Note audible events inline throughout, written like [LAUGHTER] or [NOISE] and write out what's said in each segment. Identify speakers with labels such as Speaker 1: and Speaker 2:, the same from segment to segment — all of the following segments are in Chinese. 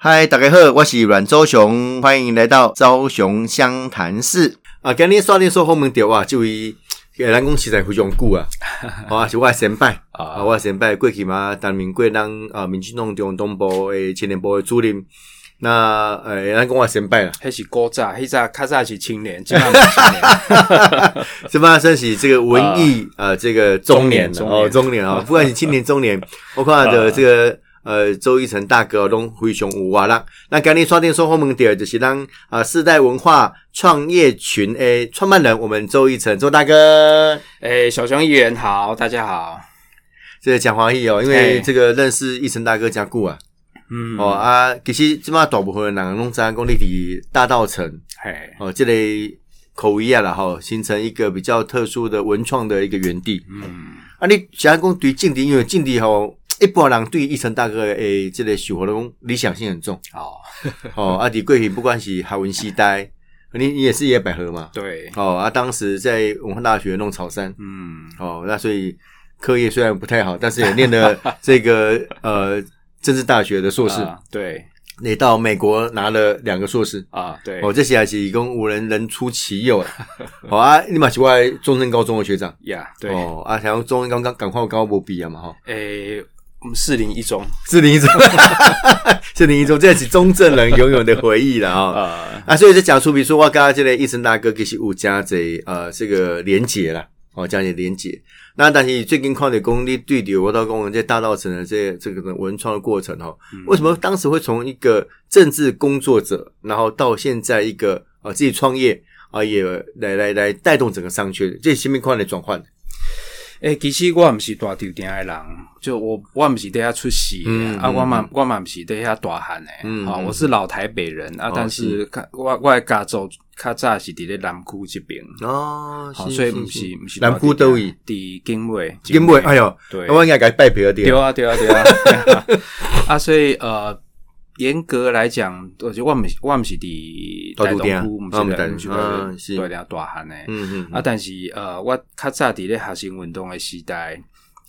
Speaker 1: 嗨，大家好，我是阮周雄，欢迎来到周雄湘潭市啊。今日刷脸说后门掉啊，就伊咱讲实在非常 [LAUGHS] 久啊，啊是我的先辈啊，我的先辈过去嘛，担任过咱啊民进党中东部诶青年部诶主任。那呃诶，咱讲我的先辈啦，
Speaker 2: 迄是古早，迄早较早是青年，即满不是
Speaker 1: [LAUGHS]
Speaker 2: 青年
Speaker 1: 这帮算是这个文艺呃这个中年了
Speaker 2: 啊中年
Speaker 1: 哦，中年
Speaker 2: [LAUGHS]
Speaker 1: 啊，不管是青年中年，我看的这个呃周一成大哥拢非常有活力。那今日刷电说后门点就是咱啊世代文化创业群诶创办人，我们周一成周大哥，
Speaker 2: 诶、小熊议员好，大家好。
Speaker 1: 这个讲华裔哦，因为
Speaker 2: 嘿
Speaker 1: 这个认识一成大哥讲久啊，
Speaker 2: 哎嗯，
Speaker 1: 哦啊，其实即马大部分的人拢知影讲你伫大道城
Speaker 2: 嘿，
Speaker 1: 哦，这类、口译啊啦吼，形成一个比较特殊的文创的一个园地。
Speaker 2: 嗯，
Speaker 1: 啊，你想要讲对政治，因为政治吼，一般人对义成大哥诶，即个想法拢理想性很
Speaker 2: [LAUGHS]
Speaker 1: 重。
Speaker 2: 好，
Speaker 1: 哦，啊，伫过去不管是海文时代，你你也是野百合嘛。
Speaker 2: 对，
Speaker 1: 哦，啊，当时在文化大学弄草山，
Speaker 2: 嗯，
Speaker 1: 哦，那所以课业虽然不太好，但是也念了这个呃政治大学的硕士，
Speaker 2: [LAUGHS] 啊对
Speaker 1: 也到美国拿了两个硕士。
Speaker 2: 啊，对，
Speaker 1: 哦，这些还是一共无人能出其右
Speaker 2: [LAUGHS]
Speaker 1: 了。好、哦、啊，你嘛是我的中正高中的学长。
Speaker 2: 呀，对，诶、
Speaker 1: 哦，啊，想要中正高刚赶快高无毕业嘛，吼、
Speaker 2: 我们四零一中，
Speaker 1: 是林一中，是林一中，这是中正人永远的回忆了啊、
Speaker 2: 呃，
Speaker 1: 啊，所以这讲出，比如说我刚刚这个医生大哥，其实有加这呃这个连结啦，哦，加点连结。那但是最近看的功力对比，我到跟我们这大道城的这这个文创的过程哦，为什么当时会从一个政治工作者，然后到现在一个呃自己创业啊、也来来来带动整个商圈，这是新面看的转换。
Speaker 2: 诶、其实我毋是大酒店诶人，就我我毋是伫遐出世的、
Speaker 1: 嗯
Speaker 2: 啊，
Speaker 1: 嗯
Speaker 2: 我嘛我嘛毋是伫遐大汉诶、
Speaker 1: 嗯
Speaker 2: 啊，
Speaker 1: 嗯
Speaker 2: 我是老台北人啊，
Speaker 1: 哦
Speaker 2: 但是较我我诶家族较早是伫咧南区即边。
Speaker 1: 哦，
Speaker 2: 好，所以毋是毋是
Speaker 1: 南
Speaker 2: 大
Speaker 1: 区
Speaker 2: 酒店
Speaker 1: 都有
Speaker 2: 伫景尾，
Speaker 1: 因为哎呦，
Speaker 2: 对，
Speaker 1: 我应该给他拜别了点
Speaker 2: 对。啊，对啊，对
Speaker 1: [LAUGHS]
Speaker 2: 啊。啊，所以呃，严格来讲，我觉得我们我们是伫
Speaker 1: 大
Speaker 2: 大
Speaker 1: 肚
Speaker 2: 东
Speaker 1: 店啊
Speaker 2: 区，我们
Speaker 1: 啊我
Speaker 2: 是
Speaker 1: 们
Speaker 2: 在
Speaker 1: 大
Speaker 2: 我们是
Speaker 1: 啊
Speaker 2: 在
Speaker 1: 是
Speaker 2: 对了大汉诶。
Speaker 1: 嗯嗯，
Speaker 2: 啊，但是呃，我较早伫咧学生运动诶时代，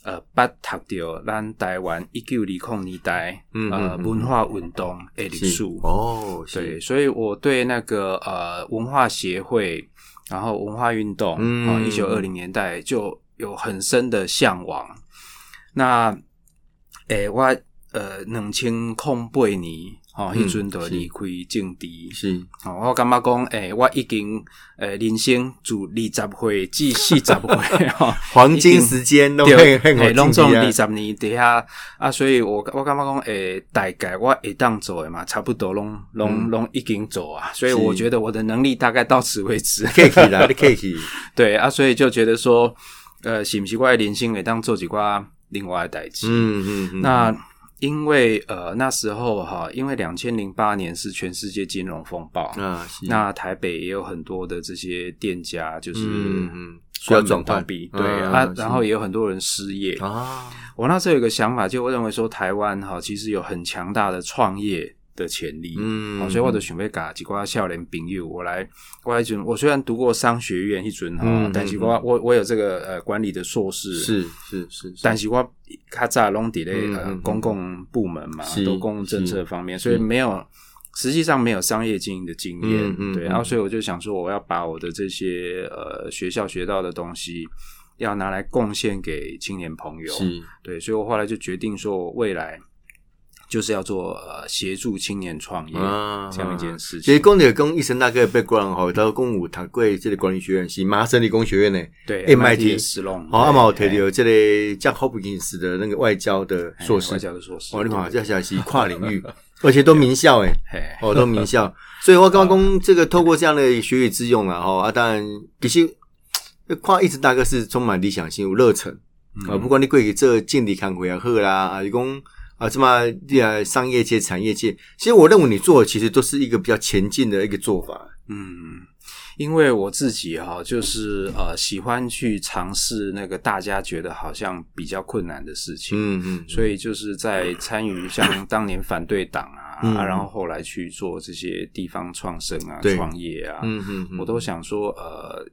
Speaker 2: 呃，捌读着咱台湾一九二零年代
Speaker 1: 嗯
Speaker 2: 呃
Speaker 1: 嗯嗯
Speaker 2: 文化运动诶历
Speaker 1: 是
Speaker 2: 史。
Speaker 1: 哦，是
Speaker 2: 对，，所以我对那个呃文化协会，然后文化运动，
Speaker 1: 嗯
Speaker 2: 啊、一九二零年代就有很深的向往。那，诶、我呃两千空八年，哦，
Speaker 1: 嗯
Speaker 2: 迄阵就离开政治，
Speaker 1: 是
Speaker 2: 哦，我感觉讲，诶、我已经诶、呃人生自二十岁至四十岁， [LAUGHS] 哦，
Speaker 1: 黄金时间都
Speaker 2: 对，
Speaker 1: 很很
Speaker 2: 嘿拢
Speaker 1: 好
Speaker 2: 总
Speaker 1: 经
Speaker 2: 二
Speaker 1: 济啊。
Speaker 2: 十年底下啊，所以我我感觉讲，诶、大概我会当做的嘛，差不多拢拢
Speaker 1: 嗯
Speaker 2: 拢已经做啊，所以
Speaker 1: 是
Speaker 2: 我觉得我的能力大概到此
Speaker 1: [LAUGHS]
Speaker 2: 为止。
Speaker 1: 客气啦，你客气，
Speaker 2: [LAUGHS] 对啊，所以就觉得说，呃，是不是我的人生会当做一寡另外的代志？
Speaker 1: 嗯嗯嗯，
Speaker 2: 那因为呃那时候哈、因为两千零八年是全世界金融风暴，
Speaker 1: 啊是
Speaker 2: 那台北也有很多的这些店家就是。
Speaker 1: 嗯嗯需要
Speaker 2: 关门
Speaker 1: 转
Speaker 2: 倒
Speaker 1: 换
Speaker 2: 闭，对
Speaker 1: 嗯
Speaker 2: 啊
Speaker 1: 嗯，
Speaker 2: 然后
Speaker 1: 是
Speaker 2: 也有很多人失业
Speaker 1: 啊
Speaker 2: 我那时候有个想法，就我认为说台湾哈，其实有很强大的创业的潜力。
Speaker 1: 嗯
Speaker 2: 哦，所以我就想要甲一寡少年朋友，我来，我来阵，我虽然读过商学院一阵哈，
Speaker 1: 嗯
Speaker 2: 但是
Speaker 1: 嗯
Speaker 2: 我我我有这个呃管理的硕士，，
Speaker 1: 是是是，
Speaker 2: 但是我较早拢
Speaker 1: 嗯
Speaker 2: 伫咧呃
Speaker 1: 嗯
Speaker 2: 公共部门嘛
Speaker 1: 是，
Speaker 2: 都公共政策方面，所以没有实际上没有商业经营的经
Speaker 1: 嗯
Speaker 2: 验，
Speaker 1: 嗯
Speaker 2: 对，
Speaker 1: 嗯
Speaker 2: 然后所以我就想说，我要把我的这些呃学校学到的东西，要拿来贡献给青年朋友，
Speaker 1: 是
Speaker 2: 对，所以我后来就决定说，我未来就是要做呃协助青年创业、
Speaker 1: 啊
Speaker 2: 这样一件事
Speaker 1: 其实
Speaker 2: 情。
Speaker 1: 公的公医生大哥的 background 吼，到公有读过这个管理学院是麻省理工学院呢，
Speaker 2: 对
Speaker 1: MIT
Speaker 2: 斯隆，
Speaker 1: 哦，阿毛提
Speaker 2: 对
Speaker 1: 到这个 Jack Hopkins 的那个外交的
Speaker 2: 嘿
Speaker 1: 硕
Speaker 2: 外
Speaker 1: 士，
Speaker 2: 交的硕士，
Speaker 1: 哦，你看这下是跨领域， [LAUGHS] 而且都名校诶。
Speaker 2: 嘿，
Speaker 1: [LAUGHS] 哦，都名校，所以我刚刚这个透过这样的学以致用了哈啊，当然其实这跨一直大哥是充满理想性、有热忱
Speaker 2: 嗯
Speaker 1: 啊，不管你过去做建立康回啊、好啦啊，你讲啊，这么啊商业界、产业界，其实我认为你做的其实都是一个比较前进的一个做法，
Speaker 2: 嗯，因为我自己哈、就是呃喜欢去尝试那个大家觉得好像比较困难的事情，
Speaker 1: 嗯嗯，
Speaker 2: 所以就是在参与像当年反对党啊，
Speaker 1: 嗯
Speaker 2: 啊然后后来去做这些地方创生啊、
Speaker 1: 对
Speaker 2: 创业啊，
Speaker 1: 嗯嗯，
Speaker 2: 我都想说，呃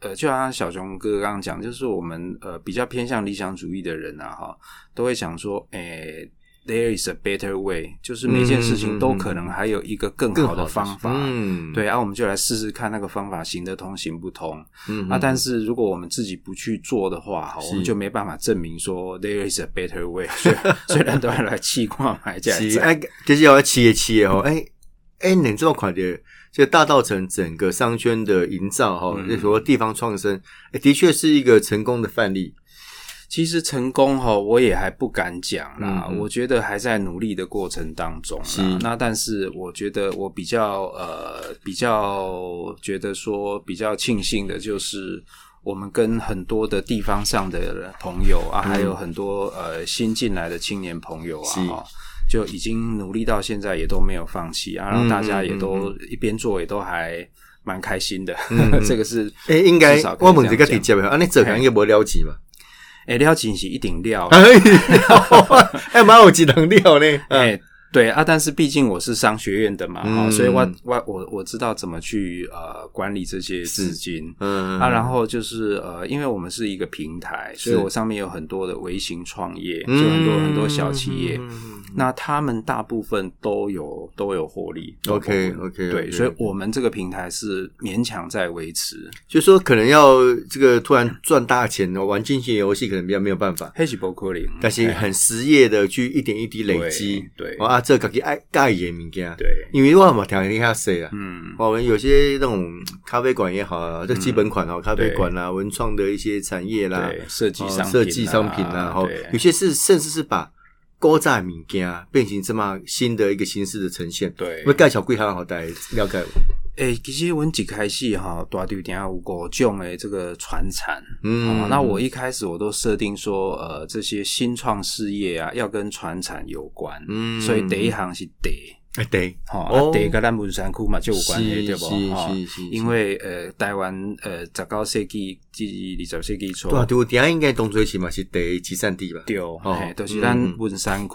Speaker 2: 呃，就像小熊哥刚刚讲，就是我们呃比较偏向理想主义的人啊，哈，都会想说，诶、 there is a better way，就是每件事情都可能还有一个更好的方法。
Speaker 1: 嗯，
Speaker 2: 对啊，我们就来试试看那个方法行得通行不通。
Speaker 1: 嗯，嗯
Speaker 2: 啊，但是如果我们自己不去做的话，哈，我们
Speaker 1: 是
Speaker 2: 就没办法证明说 there is a better way [LAUGHS] 虽然。虽然都要来气矿买家，
Speaker 1: 是哎，其实要企业企业哦，哎哎，你这么快的，这个大道城整个商圈的营造哈、哦，
Speaker 2: 嗯
Speaker 1: 那所谓地方创生，哎的确是一个成功的范例。
Speaker 2: 其实成功哈，我也还不敢讲啦，
Speaker 1: 嗯嗯
Speaker 2: 我觉得还在努力的过程当中
Speaker 1: 是
Speaker 2: 啦。那但是我觉得我比较呃比较觉得说比较庆幸的就是。我们跟很多的地方上的朋友啊，
Speaker 1: 嗯
Speaker 2: 还有很多呃新进来的青年朋友啊，
Speaker 1: 是
Speaker 2: 哈就已经努力到现在，也都没有放弃
Speaker 1: 嗯
Speaker 2: 啊，然后大家也都一边做，也都还蛮开心的。 [LAUGHS] 这个是
Speaker 1: 哎，应该
Speaker 2: 至少可以
Speaker 1: 我们这个
Speaker 2: 这样
Speaker 1: 底接啊，你这个应该不了解嘛？
Speaker 2: 哎，廖锦是一顶料，
Speaker 1: 哎，
Speaker 2: [LAUGHS]
Speaker 1: 还蛮有技能料呢。
Speaker 2: 哎、对啊，但是毕竟我是商学院的嘛，哈、
Speaker 1: 嗯
Speaker 2: 所以我我我我知道怎么去呃管理这些资金。
Speaker 1: [LAUGHS] 嗯
Speaker 2: 啊，然后就是呃，因为我们是一个平台，所以我上面有很多的微型创业，
Speaker 1: 嗯
Speaker 2: 就很多很多小企业，那他们大部分都有都有获利。都
Speaker 1: 嗯
Speaker 2: 有
Speaker 1: OK，
Speaker 2: 获利
Speaker 1: OK，
Speaker 2: 对
Speaker 1: OK
Speaker 2: 所以哦我们这个平台是勉强在维持。
Speaker 1: 就说可能要这个突然赚大钱哦，玩金钱游戏可能比较没有办法，
Speaker 2: 黑起伯克林，
Speaker 1: 但是很实业的去一点一滴累积。
Speaker 2: 哎对对
Speaker 1: 哦啊，这个己爱盖也物件，
Speaker 2: 对，
Speaker 1: 因为我嘛听人家说啊，
Speaker 2: 嗯，
Speaker 1: 我们有些那种咖啡馆也好啊，这基本款哦，咖啡馆啦、文创的一些产业啦，
Speaker 2: 对，设计
Speaker 1: 哦
Speaker 2: 商
Speaker 1: 设计商品啦，
Speaker 2: 啦，
Speaker 1: 哦
Speaker 2: 对，
Speaker 1: 有些是甚至是把高价物件啊变成这么新的一个形式的呈现。
Speaker 2: 对
Speaker 1: 因为盖小贵还好带了解，
Speaker 2: 诶、其实阮一开始哈，大丢点有五种诶这个传产、
Speaker 1: 嗯，
Speaker 2: 哦那我一开始我都设定说，呃，这些新创事业啊，要跟传产有关，
Speaker 1: 嗯
Speaker 2: 所以第一行是地，
Speaker 1: 哎对，
Speaker 2: 吼、
Speaker 1: 哦
Speaker 2: 哦，啊地跟咱文山区嘛就有关
Speaker 1: 是
Speaker 2: 系，对不？
Speaker 1: 是
Speaker 2: 吼
Speaker 1: 是是
Speaker 2: 因为呃，台湾呃，十九世纪至二十世纪初
Speaker 1: 对，啊，对，底下应该东水起嘛是第集散地吧？
Speaker 2: 对，嘿
Speaker 1: 嗯
Speaker 2: 就是咱文山区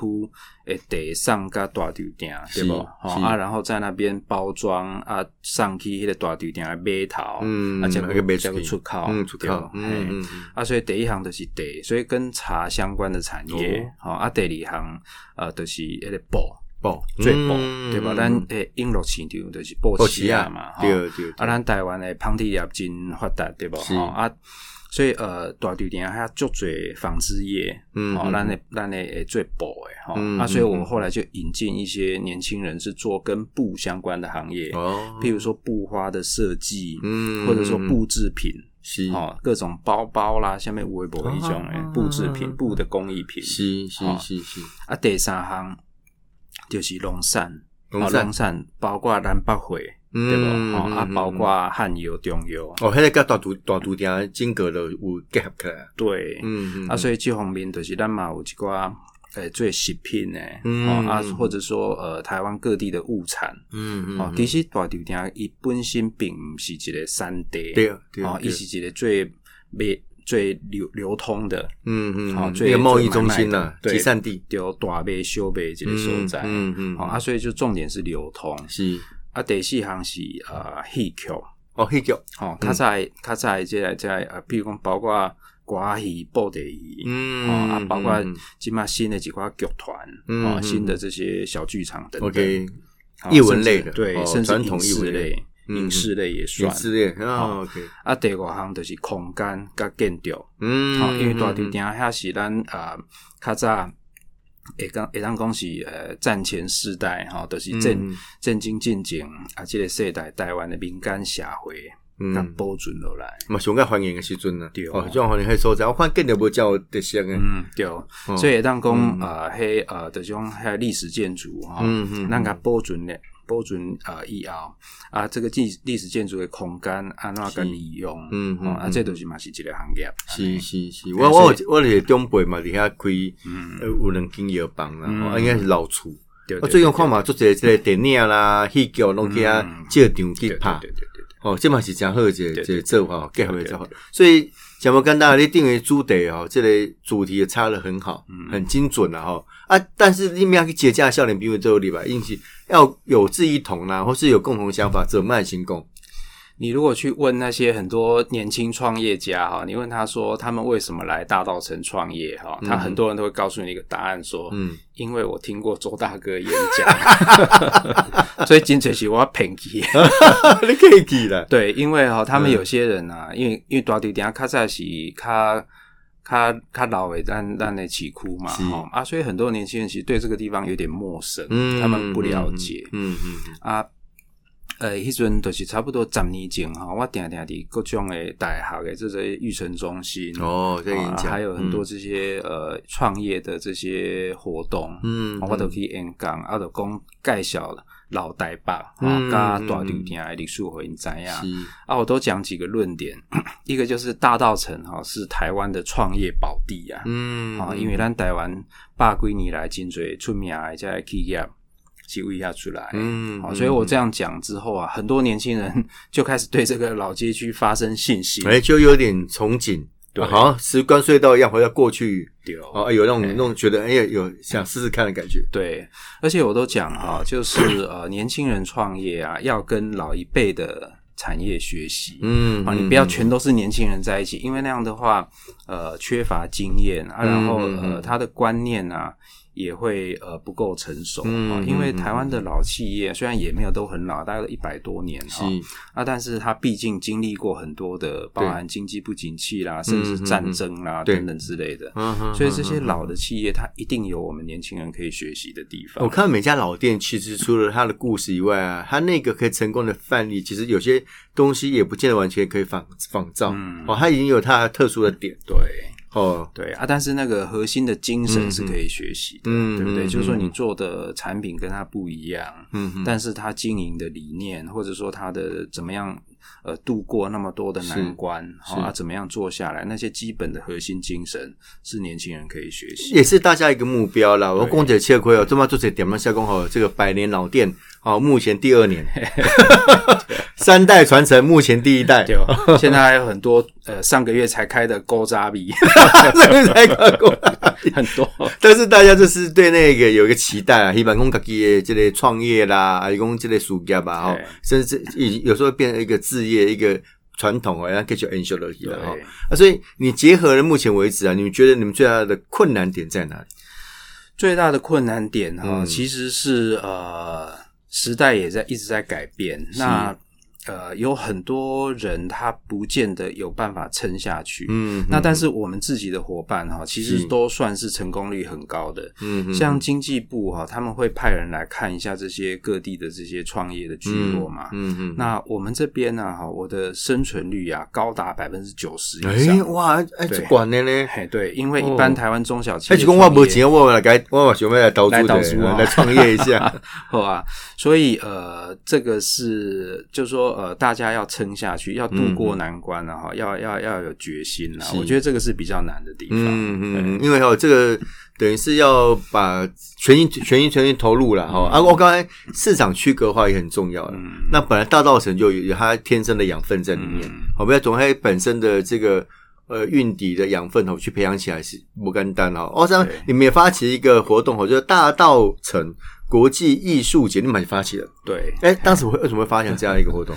Speaker 2: 诶，地上甲大酒店，对不？吼
Speaker 1: 是
Speaker 2: 啊，然后在那边包装啊，上去迄个大酒店来买头，
Speaker 1: 嗯
Speaker 2: 啊，这
Speaker 1: 那个卖
Speaker 2: 个
Speaker 1: 出
Speaker 2: 这
Speaker 1: 去
Speaker 2: 个出口，
Speaker 1: 嗯，出
Speaker 2: 对
Speaker 1: 口，嗯
Speaker 2: 嘿
Speaker 1: 嗯，
Speaker 2: 啊，所以第一行就是地，所以跟茶相关的产业，
Speaker 1: 哦
Speaker 2: 吼啊，第二行呃，就是迄个布，
Speaker 1: 爆
Speaker 2: 最布，对吧？咱诶，音乐市场就是布
Speaker 1: 报
Speaker 2: 市
Speaker 1: 喜
Speaker 2: 啊
Speaker 1: 嗯啊
Speaker 2: 嘛，吼
Speaker 1: 对对，对
Speaker 2: 啊，咱台湾的纺织业真发达，对不？
Speaker 1: 是
Speaker 2: 吼啊，所以呃，大酒店还有足侪纺织业，
Speaker 1: 嗯
Speaker 2: 哦
Speaker 1: 嗯，
Speaker 2: 咱的咱的会最补的吼
Speaker 1: 嗯
Speaker 2: 啊，
Speaker 1: 嗯
Speaker 2: 所以我
Speaker 1: 嗯
Speaker 2: 后来就引进一些年轻人是做跟布相关的行业，
Speaker 1: 哦，
Speaker 2: 譬如说布花的设计，
Speaker 1: 嗯
Speaker 2: 或者说布制品。
Speaker 1: 是
Speaker 2: 哦，各种包包啦，下面微博一种诶
Speaker 1: 啊，
Speaker 2: 布制品、布的工艺品。
Speaker 1: 是是
Speaker 2: 哦
Speaker 1: 是是，
Speaker 2: 啊，第三行就是龙扇，
Speaker 1: 农
Speaker 2: 哦
Speaker 1: 产
Speaker 2: 龙扇包括南北会，
Speaker 1: 嗯
Speaker 2: 对不？
Speaker 1: 嗯
Speaker 2: 哦啊
Speaker 1: 嗯，
Speaker 2: 包括汉油、中油，
Speaker 1: 哦，迄个甲大独大独店金格的有结合起来，
Speaker 2: 对，
Speaker 1: 嗯
Speaker 2: 啊，所
Speaker 1: 以
Speaker 2: 以这方面就是咱嘛有一寡诶做食品诶，
Speaker 1: 嗯
Speaker 2: 哦啊
Speaker 1: 嗯，
Speaker 2: 或者说呃台湾各地的物产，
Speaker 1: 嗯
Speaker 2: 哦，其实大稻埕伊本身并毋是一个产地，
Speaker 1: 对对
Speaker 2: 哦，伊
Speaker 1: 对，
Speaker 2: 是一个最最最流流通的，
Speaker 1: 嗯嗯，
Speaker 2: 哦
Speaker 1: 嗯一
Speaker 2: 最
Speaker 1: 个贸易中心
Speaker 2: 最买卖
Speaker 1: 呐
Speaker 2: 的，对
Speaker 1: 集散地，
Speaker 2: 就大卖小卖一个所
Speaker 1: 嗯
Speaker 2: 在，
Speaker 1: 嗯嗯，
Speaker 2: 哦啊，所以就重点是流通，
Speaker 1: 是
Speaker 2: 啊，第四项是呃戏曲，
Speaker 1: 哦，迄个
Speaker 2: 哦，较早的较早的即个即个呃，比如讲包括歌戏、布袋戏，
Speaker 1: 嗯
Speaker 2: 哦啊，包括
Speaker 1: 嗯嗯
Speaker 2: 即嘛新的几寡剧团，
Speaker 1: 嗯
Speaker 2: 哦，
Speaker 1: 嗯
Speaker 2: 新的这些小剧场等等
Speaker 1: OK
Speaker 2: 哦
Speaker 1: 艺文类
Speaker 2: 甚至
Speaker 1: 的
Speaker 2: 对
Speaker 1: 哦，
Speaker 2: 甚至
Speaker 1: 传
Speaker 2: 影
Speaker 1: 统艺
Speaker 2: 视
Speaker 1: 文类
Speaker 2: 类、
Speaker 1: 嗯
Speaker 2: 影视类也
Speaker 1: 影
Speaker 2: 算。
Speaker 1: 视类啊，OK，
Speaker 2: 啊，第五项就是空间甲建筑，哦
Speaker 1: 嗯，
Speaker 2: 因为大稻埕遐是咱啊较早。会讲会当讲是呃战前世代吼，都、就是
Speaker 1: 嗯
Speaker 2: 正
Speaker 1: 嗯
Speaker 2: 正经进前啊，即、个世代台湾的民间社会，
Speaker 1: 嗯
Speaker 2: 甲保存落来。
Speaker 1: 嘛上个欢迎的时阵呐
Speaker 2: 对，
Speaker 1: 哦，上欢迎迄所在，我看见着无叫特色诶，
Speaker 2: 嗯，对，
Speaker 1: 哦
Speaker 2: 所以当讲呃，迄呃，就种迄历史建筑哈
Speaker 1: 嗯嗯，
Speaker 2: 哦咱甲保存咧，保存呃以后啊，这个历历史建筑的空间安怎甲利用，
Speaker 1: 嗯嗯
Speaker 2: 哦啊，
Speaker 1: 嗯
Speaker 2: 这都是嘛是一个行业，
Speaker 1: 是是是，
Speaker 2: 哎
Speaker 1: 我我
Speaker 2: 所以
Speaker 1: 有我有一个长辈嘛，伫遐开呃有两间药房啦，
Speaker 2: 嗯
Speaker 1: 哦应该是老厝。
Speaker 2: 对
Speaker 1: 我
Speaker 2: 对，
Speaker 1: 哦最近看嘛，做者即个电影啦、戏剧拢去啊
Speaker 2: 嗯
Speaker 1: 借场去
Speaker 2: 对对
Speaker 1: 拍
Speaker 2: 对，对对对，
Speaker 1: 哦，这嘛是真好一个
Speaker 2: 对
Speaker 1: 一
Speaker 2: 对
Speaker 1: 个做法，哦结合的做法
Speaker 2: 对。
Speaker 1: 所以讲无简单，你定为主题哦，这个主题也插的很好，
Speaker 2: 嗯
Speaker 1: 很精准啦吼。啊，但是你们要去结架笑脸，啊比如这个礼拜，硬是要有志一同啦，或是有共同想法，怎么样行动？
Speaker 2: 你如果去问那些很多年轻创业家哈，你问他说他们为什么来大稻城创业哈，他很多人都会告诉你一个答案说， [LAUGHS]
Speaker 1: 嗯，
Speaker 2: 因为我听过周大哥演讲， [LAUGHS] 所以金水奇我要捧起。
Speaker 1: 你可以记了，
Speaker 2: [LAUGHS] 对，因为哈、他
Speaker 1: 嗯
Speaker 2: 们有些人啊，因为因为大丢点较早是较较较老的咱咱的市区嘛，
Speaker 1: 是
Speaker 2: 吼啊，所以很多年轻人其实对这个地方有点陌生，
Speaker 1: 嗯，
Speaker 2: 他们不了解、
Speaker 1: 嗯嗯
Speaker 2: 啊。呃，迄阵就是差不多十年前哈，我定定伫各种的大学的这些育成中心
Speaker 1: 嗯，，哦，在演
Speaker 2: 啊
Speaker 1: 讲，
Speaker 2: 还有很多这些、呃创业的这些活动，
Speaker 1: 嗯，嗯，
Speaker 2: 我都去演讲，啊，就讲介绍老台北啊，
Speaker 1: 嗯
Speaker 2: 甲大酒店的历史互因知影。
Speaker 1: 是
Speaker 2: 啊，我都讲几个论点， [COUGHS] 一个就是大稻城哈、是台湾的创业宝地啊，
Speaker 1: 嗯
Speaker 2: 啊、因为咱台湾百几年来真侪出名的这些企业是为遐出来的，
Speaker 1: 嗯
Speaker 2: 哦好、所以我这样讲之后啊，很多年轻人 [LAUGHS] 就开始对这个老街区发生信心，
Speaker 1: 哎，就有点憧憬，啊
Speaker 2: 对
Speaker 1: 好像时光隧道一样回到过去，
Speaker 2: 对
Speaker 1: 哦，哎有那种
Speaker 2: 哎
Speaker 1: 那种觉得哎有想试试看的感觉，
Speaker 2: 对，而且我都讲哈、就是呃，年轻人创业啊， [COUGHS] 要跟老一辈的产业学习，
Speaker 1: 嗯
Speaker 2: 啊，你不要全都是年轻人在一起，因为那样的话，呃，缺乏经验啊，然后
Speaker 1: 嗯嗯
Speaker 2: 呃，
Speaker 1: 嗯
Speaker 2: 他的观念啊也会呃不够成熟、
Speaker 1: 嗯
Speaker 2: 啊
Speaker 1: 嗯
Speaker 2: 因为台湾的老企业虽然也没有都很老，大概一百多年
Speaker 1: 是
Speaker 2: 哈、啊，但是它毕竟经历过很多的，包含经济不景气啦，甚
Speaker 1: 嗯
Speaker 2: 至战争啦、
Speaker 1: 对
Speaker 2: 等等之类的。
Speaker 1: 嗯哼
Speaker 2: 所以这些老的企业，它一定有我们年轻人可以学习的地方。
Speaker 1: 我看每家老店，其实除了它的故事以外啊，它那个可以成功的范例，其实有些东西也不见得完全可以仿仿照。
Speaker 2: 嗯
Speaker 1: 哦，它已经有它的特殊的点。
Speaker 2: 对
Speaker 1: 哦，
Speaker 2: 对啊，但是那个核心的精神是可以学习的，
Speaker 1: 嗯嗯嗯
Speaker 2: 对不对？
Speaker 1: 嗯
Speaker 2: 就是说你做的产品跟它不一样，
Speaker 1: 嗯哼，
Speaker 2: 但是它经营的理念，或者说它的怎么样呃度过那么多的
Speaker 1: 是
Speaker 2: 难关，好、
Speaker 1: 是
Speaker 2: 啊，怎么样做下来，那些基本的核心精神是年轻人可以学习。
Speaker 1: 也是大家一个目标啦。我公姐切亏哦，这么做这点嘛下工好，这个百年老店，哦，目前第二
Speaker 2: [LAUGHS]
Speaker 1: 年，三代传承，目前第一代， [LAUGHS]
Speaker 2: 对哦， [LAUGHS] 现在还有很多呃上个月才开的勾扎比 [LAUGHS]
Speaker 1: 这个才搞过来。
Speaker 2: 很多，
Speaker 1: 但是大家就是对那个有一个期待啊，希望讲自己的这类创业啦，还是讲这类事业吧，吼
Speaker 2: 对，
Speaker 1: 甚至有有时候变成一个置业一个传统啊，然后 get your a n s i e 了
Speaker 2: 对
Speaker 1: 哈。啊，所以你结合了目前为止啊，你们觉得你们最大的困难点在哪里？
Speaker 2: 最大的困难点哈、
Speaker 1: 嗯
Speaker 2: 其实是呃，时代也在一直在改变。那呃，有很多人他不见得有办法撑下去。
Speaker 1: 嗯
Speaker 2: 那但是我们自己的伙伴哈、其
Speaker 1: 是
Speaker 2: 实都算是成功率很高的。
Speaker 1: 嗯嗯
Speaker 2: 像经济部哈、他们会派人来看一下这些各地的这些创业的聚落嘛。
Speaker 1: 嗯嗯，
Speaker 2: 那我们这边呢、哈，我的生存率啊，高达百分之九十以上
Speaker 1: 哎。哇，哎，
Speaker 2: 对
Speaker 1: 这管的呢？
Speaker 2: 嘿，对，因为一般
Speaker 1: 哦
Speaker 2: 台湾中小企
Speaker 1: 哎，
Speaker 2: 业
Speaker 1: 就
Speaker 2: 创
Speaker 1: 讲
Speaker 2: 业，
Speaker 1: 我没钱，我来改，我准备来投
Speaker 2: 来
Speaker 1: 资
Speaker 2: 投
Speaker 1: 的
Speaker 2: 资哦，
Speaker 1: 来创业一
Speaker 2: [LAUGHS]
Speaker 1: 下。
Speaker 2: 好吧？啊所以呃，这个是就说呃，大家要撑下去，要渡过难关啊了哈、要要要有决心啦。
Speaker 1: 嗯是
Speaker 2: 我觉得这个是比较难的地方。
Speaker 1: 嗯嗯，嗯，因为哦，这个等于是要把全心全心全心投入了哈。啊，我刚才市场区隔化也很重要了。
Speaker 2: 嗯
Speaker 1: 那本来大稻城就有有它天生的养分在里面，
Speaker 2: 嗯
Speaker 1: 我们要从它本身的这个。呃，运底的养分哦，去培养起来是不简单哦。哦，这样
Speaker 2: 对
Speaker 1: 你们也发起一个活动哦，就是大稻城国际艺术节，你们也发起了。
Speaker 2: 对，
Speaker 1: 哎，当时为为什么会发起这样一个活动？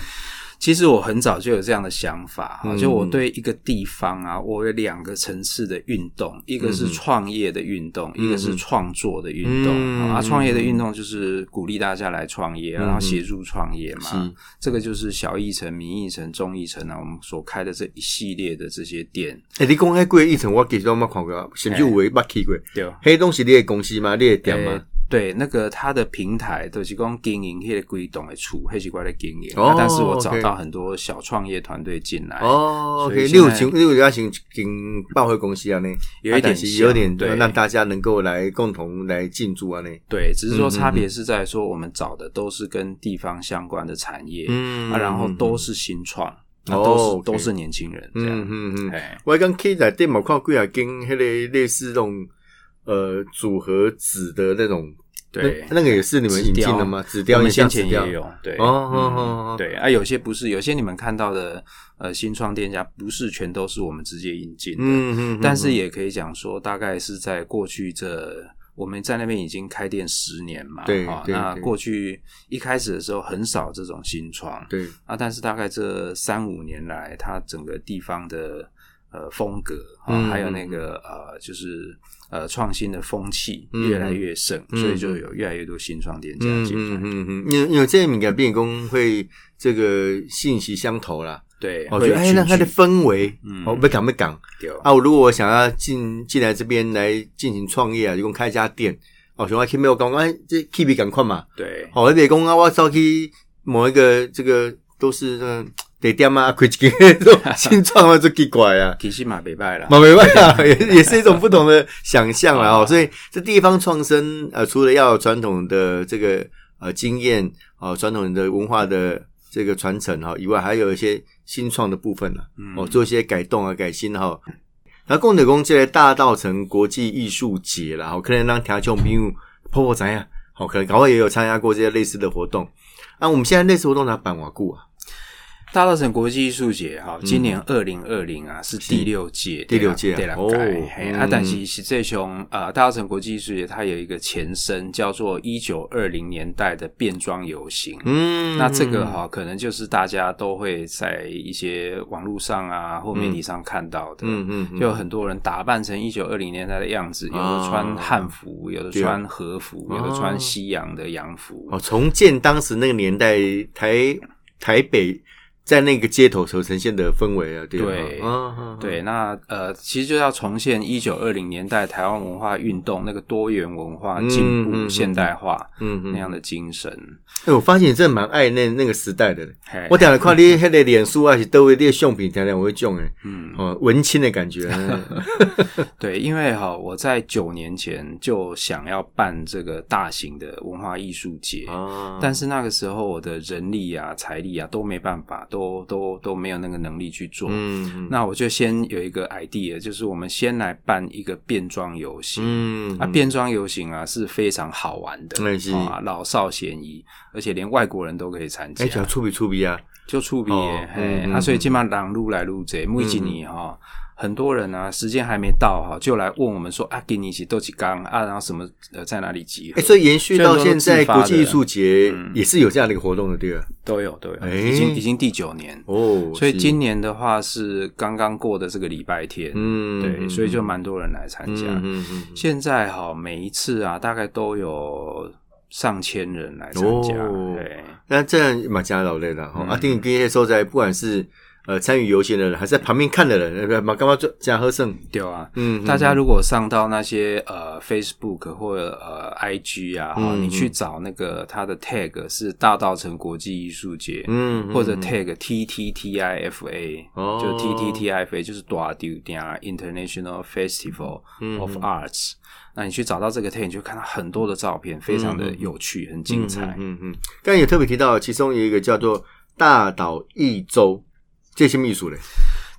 Speaker 2: 其实我很早就有这样的想法哈、
Speaker 1: 嗯
Speaker 2: 就我对一个地方啊，我有两个层次的运动，
Speaker 1: 嗯
Speaker 2: 一个是创业的运动，一个是创作的运动、
Speaker 1: 嗯
Speaker 2: 啊。创业的运动就是鼓励大家来创业，啊然后协助创业嘛。
Speaker 1: 是
Speaker 2: 这个就是小议程、民议程、中议程啊，我们所开的这一系列的这些店，
Speaker 1: 哎，你讲迄贵一层，我其实都没看过，甚至
Speaker 2: 哎
Speaker 1: 有的捌去过。
Speaker 2: 对。
Speaker 1: 黑东西你的公司吗？你的店吗
Speaker 2: 诶？对，那个它的平台都是讲经营迄个规董的厝，迄是我来经营。
Speaker 1: 哦
Speaker 2: 啊但是我找
Speaker 1: OK
Speaker 2: 到很多小创业团队进来，
Speaker 1: 哦
Speaker 2: 哎所
Speaker 1: ，OK，
Speaker 2: 以
Speaker 1: 六
Speaker 2: 现
Speaker 1: 型
Speaker 2: 在
Speaker 1: 六家型跟报会公司啊呢，
Speaker 2: 有一点
Speaker 1: 啊但是有点
Speaker 2: 像对
Speaker 1: 让大家能够来共同来进驻啊呢。
Speaker 2: 对，只是说差
Speaker 1: 嗯
Speaker 2: 别是在说我们找的都是跟地方相关的产业，
Speaker 1: 嗯
Speaker 2: 啊，然后都是新创，啊，
Speaker 1: 哦
Speaker 2: 都是
Speaker 1: OK
Speaker 2: 都是年轻人这
Speaker 1: 嗯
Speaker 2: 样。
Speaker 1: 嗯嗯，
Speaker 2: 哎，
Speaker 1: 我刚去在店嘛看几啊跟迄个类似那种呃组合纸的那种，
Speaker 2: 对。
Speaker 1: 那那个也是你们引进的吗？纸雕
Speaker 2: 我
Speaker 1: 一
Speaker 2: 们
Speaker 1: 下
Speaker 2: 先
Speaker 1: 纸
Speaker 2: 前
Speaker 1: 雕
Speaker 2: 也，有对
Speaker 1: 哦哦
Speaker 2: 嗯
Speaker 1: 哦哦
Speaker 2: 对啊，有些不是，有些你们看到的呃新创店家不是全都是我们直接引进的，
Speaker 1: 嗯嗯，嗯
Speaker 2: 但是也可以讲说，大概是在过去这我们在那边已经开店十年嘛，
Speaker 1: 对
Speaker 2: 哈、
Speaker 1: 对
Speaker 2: 那
Speaker 1: 对
Speaker 2: 过去一开始的时候很少这种新创，
Speaker 1: 对，
Speaker 2: 啊，但是大概这三五年来，它整个地方的呃风格啊，
Speaker 1: 嗯
Speaker 2: 还有那个呃，就是呃创新的风气
Speaker 1: 嗯
Speaker 2: 越来越盛，
Speaker 1: 嗯
Speaker 2: 所以就有越来越多新创店家
Speaker 1: 嗯
Speaker 2: 进
Speaker 1: 嗯
Speaker 2: 来。
Speaker 1: 嗯嗯，因为因为这些敏感变工会这个信息相投啦，
Speaker 2: 对，
Speaker 1: 我
Speaker 2: 会
Speaker 1: 觉得哎，
Speaker 2: 聚
Speaker 1: 那它的
Speaker 2: 集
Speaker 1: 氛围，
Speaker 2: 嗯
Speaker 1: 哦，不讲不讲
Speaker 2: 对
Speaker 1: 啊，我如果我想要进进来这边来进行创业啊，就讲开一家店，哦，想要 keep 我讲，哎，这 keep 赶快嘛，
Speaker 2: 对
Speaker 1: 哦，你别讲啊，我早去某一个这个都是这个得店啊，开一间 [LAUGHS] 这种新创啊，就奇怪啊。
Speaker 2: 其实嘛，北拜啦，
Speaker 1: 嘛， [LAUGHS] 没办法，
Speaker 2: [LAUGHS]
Speaker 1: 也也是一种不同的想象啦哦。所以这地方创生，呃，除了要有传统的这个呃经验哦，传统的文化的这个传承哈、哦以外，还有一些新创的部分啦、
Speaker 2: 嗯
Speaker 1: 哦，做一些改动啊、改新哈、那共德宫这个大道城国际艺术节啦，哦，可能让条琼朋友婆婆怎样，好、哦，可能搞不好也有参加过这些类似的活动。啊，我们现在类似活动哪办瓦固啊？
Speaker 2: 大稻城国际艺术节哈，今年二零二零啊是第六届，
Speaker 1: 嗯第六届啊
Speaker 2: 对啦，
Speaker 1: 哦
Speaker 2: 对嘿啊
Speaker 1: 嗯，
Speaker 2: 但是实际上呃，大稻城国际艺术节它有一个前身叫做一九二零年代的变装游行，
Speaker 1: 嗯，
Speaker 2: 那这个哈、可能就是大家都会在一些网络上啊或媒体上看到的，
Speaker 1: 嗯，嗯嗯，
Speaker 2: 就有很多人打扮成一九二零年代的样子，有的穿汉服，有的
Speaker 1: 对
Speaker 2: 穿和服，有的穿西洋的洋服，
Speaker 1: 哦，重建当时那个年代台台北在那个街头所呈现的氛围啊，对吧
Speaker 2: 对
Speaker 1: 嗯嗯，
Speaker 2: 对，那呃，其实就要重现一九二零年代台湾文化运动那个多元文化
Speaker 1: 嗯
Speaker 2: 进步、
Speaker 1: 嗯嗯
Speaker 2: 现代化、
Speaker 1: 嗯嗯
Speaker 2: 那样的精神。
Speaker 1: 哎、我发现你真的蛮爱那那个时代的。
Speaker 2: 嘿
Speaker 1: 我，常常看你那个脸书啊，是都会列相片，常常我会中哎，
Speaker 2: 嗯，
Speaker 1: 哦，文青的感觉。
Speaker 2: [LAUGHS]
Speaker 1: 嗯
Speaker 2: 对，因为哈、我在九年前就想要办这个大型的文化艺术节。
Speaker 1: 哦
Speaker 2: [LAUGHS] 但是那个时候我的人力啊、财力啊都没办法，都都都没有那个能力去做。
Speaker 1: 嗯
Speaker 2: 那我就先有一个 idea，就是我们先来办一个变装游戏。
Speaker 1: 嗯
Speaker 2: 啊，变装游行啊是非常好玩的，
Speaker 1: 嗯是
Speaker 2: 啊，老少咸宜，而且连外国人都可以参加
Speaker 1: 哎，，讲出比出比啊，
Speaker 2: 就触鼻
Speaker 1: 哦
Speaker 2: 耶，嘿，
Speaker 1: 嗯
Speaker 2: 啊，
Speaker 1: 嗯
Speaker 2: 所以
Speaker 1: 嗯
Speaker 2: 基本上狼入来入贼，每一年哈，很多人啊，时间还没到哈，就来问我们说啊，给你一起斗起缸啊，然后什么呃，在哪里集合
Speaker 1: 哎，，所以延续到现在
Speaker 2: 这都是自发的嗯
Speaker 1: 国际艺术节也是有这样的一个活动的，对吧？
Speaker 2: 都有都有，
Speaker 1: 哎
Speaker 2: 已经已经第九年，
Speaker 1: 哦，
Speaker 2: 所以
Speaker 1: 是
Speaker 2: 今年的话是刚刚过的这个礼拜天，
Speaker 1: 嗯，
Speaker 2: 对，所以就蛮多人来参
Speaker 1: 嗯
Speaker 2: 加，
Speaker 1: 嗯嗯嗯
Speaker 2: 现在哈，每一次啊，大概都有上千人来参加，
Speaker 1: 哦
Speaker 2: 对，
Speaker 1: 那这样蛮加劳累的哈。
Speaker 2: 嗯
Speaker 1: 啊，定跟一些受灾，不管是呃参与游行的人，还是在旁边看的人，呃，嘛干嘛做加喝剩？
Speaker 2: 对啊。
Speaker 1: 嗯
Speaker 2: 嗯大家如果上到那些呃 Facebook 或者呃 IG 啊，哈、
Speaker 1: 嗯
Speaker 2: 你去找那个它的 tag 是大道城国际艺术节，
Speaker 1: 嗯
Speaker 2: 或者 tag T T T I F A，、
Speaker 1: 哦
Speaker 2: 就 T T 啊 T I F A 就是 d a d u d a 啊 International Festival
Speaker 1: 嗯
Speaker 2: of Arts、那你去找到这个 tag，你就看到很多的照片，非常的有趣，很精彩。
Speaker 1: 嗯嗯嗯嗯。刚才也特别提到，其中有一个叫做大岛一周，这些秘书嘞，